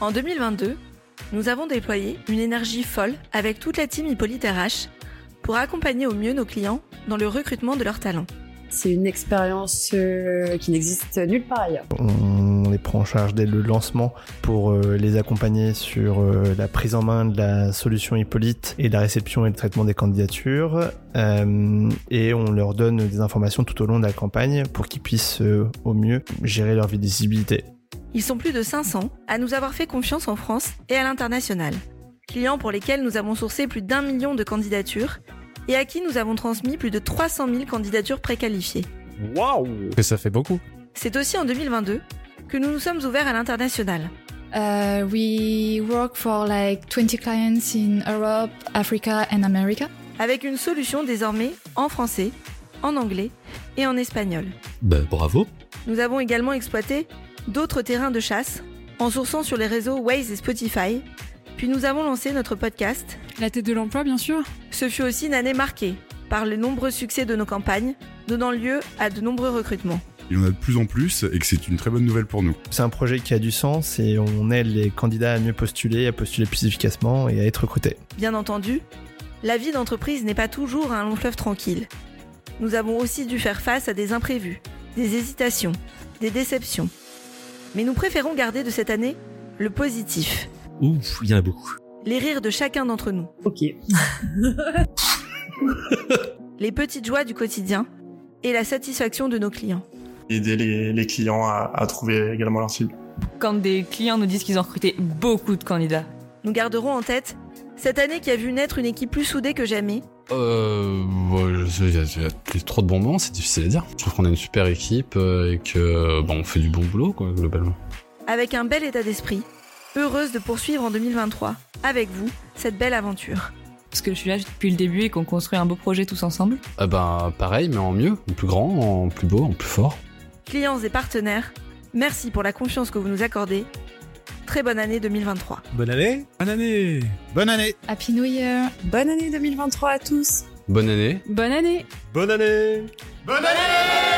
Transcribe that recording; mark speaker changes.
Speaker 1: En 2022, nous avons déployé une énergie folle avec toute la team Hippolyte RH pour accompagner au mieux nos clients dans le recrutement de leurs talents.
Speaker 2: C'est une expérience euh, qui n'existe nulle part ailleurs.
Speaker 3: On les prend en charge dès le lancement pour euh, les accompagner sur euh, la prise en main de la solution Hippolyte et la réception et le traitement des candidatures. Euh, et on leur donne des informations tout au long de la campagne pour qu'ils puissent euh, au mieux gérer leur visibilité.
Speaker 1: Ils sont plus de 500 à nous avoir fait confiance en France et à l'international. Clients pour lesquels nous avons sourcé plus d'un million de candidatures et à qui nous avons transmis plus de 300 000 candidatures préqualifiées.
Speaker 4: Waouh Que ça fait beaucoup.
Speaker 1: C'est aussi en 2022 que nous nous sommes ouverts à l'international.
Speaker 5: Uh, we work for like 20 clients in Europe, Africa and America.
Speaker 1: Avec une solution désormais en français, en anglais et en espagnol.
Speaker 6: Ben bravo
Speaker 1: Nous avons également exploité d'autres terrains de chasse en sourçant sur les réseaux Waze et Spotify. Puis nous avons lancé notre podcast.
Speaker 7: La tête de l'emploi, bien sûr.
Speaker 1: Ce fut aussi une année marquée par les nombreux succès de nos campagnes, donnant lieu à de nombreux recrutements.
Speaker 8: Il y en a de plus en plus et que c'est une très bonne nouvelle pour nous.
Speaker 3: C'est un projet qui a du sens et on aide les candidats à mieux postuler, à postuler plus efficacement et à être recrutés.
Speaker 1: Bien entendu, la vie d'entreprise n'est pas toujours un long fleuve tranquille. Nous avons aussi dû faire face à des imprévus, des hésitations, des déceptions. Mais nous préférons garder de cette année le positif.
Speaker 6: Ouf, il y en a beaucoup.
Speaker 1: Les rires de chacun d'entre nous.
Speaker 2: Ok.
Speaker 1: les petites joies du quotidien et la satisfaction de nos clients.
Speaker 9: Aider les, les clients à, à, trouver également leur cible.
Speaker 10: Quand des clients nous disent qu'ils ont recruté beaucoup de candidats.
Speaker 1: Nous garderons en tête cette année qui a vu naître une équipe plus soudée que jamais.
Speaker 4: Euh. Il y, a trop de bons moments, c'est difficile à dire. Je trouve qu'on a une super équipe euh, et que. Bon, on fait du bon boulot, quoi, globalement.
Speaker 1: Avec un bel état d'esprit, heureuse de poursuivre en 2023, avec vous, cette belle aventure
Speaker 10: parce que je suis là depuis le début et qu'on construit un beau projet tous ensemble
Speaker 4: euh Ben pareil, mais en mieux, en plus grand, en plus beau, en plus fort.
Speaker 1: Clients et partenaires, merci pour la confiance que vous nous accordez. Très bonne année 2023.
Speaker 11: Bonne année
Speaker 12: Bonne année
Speaker 13: Bonne année
Speaker 5: Happy New Year
Speaker 2: Bonne année 2023 à tous
Speaker 4: Bonne année
Speaker 7: Bonne année
Speaker 11: Bonne année
Speaker 13: Bonne année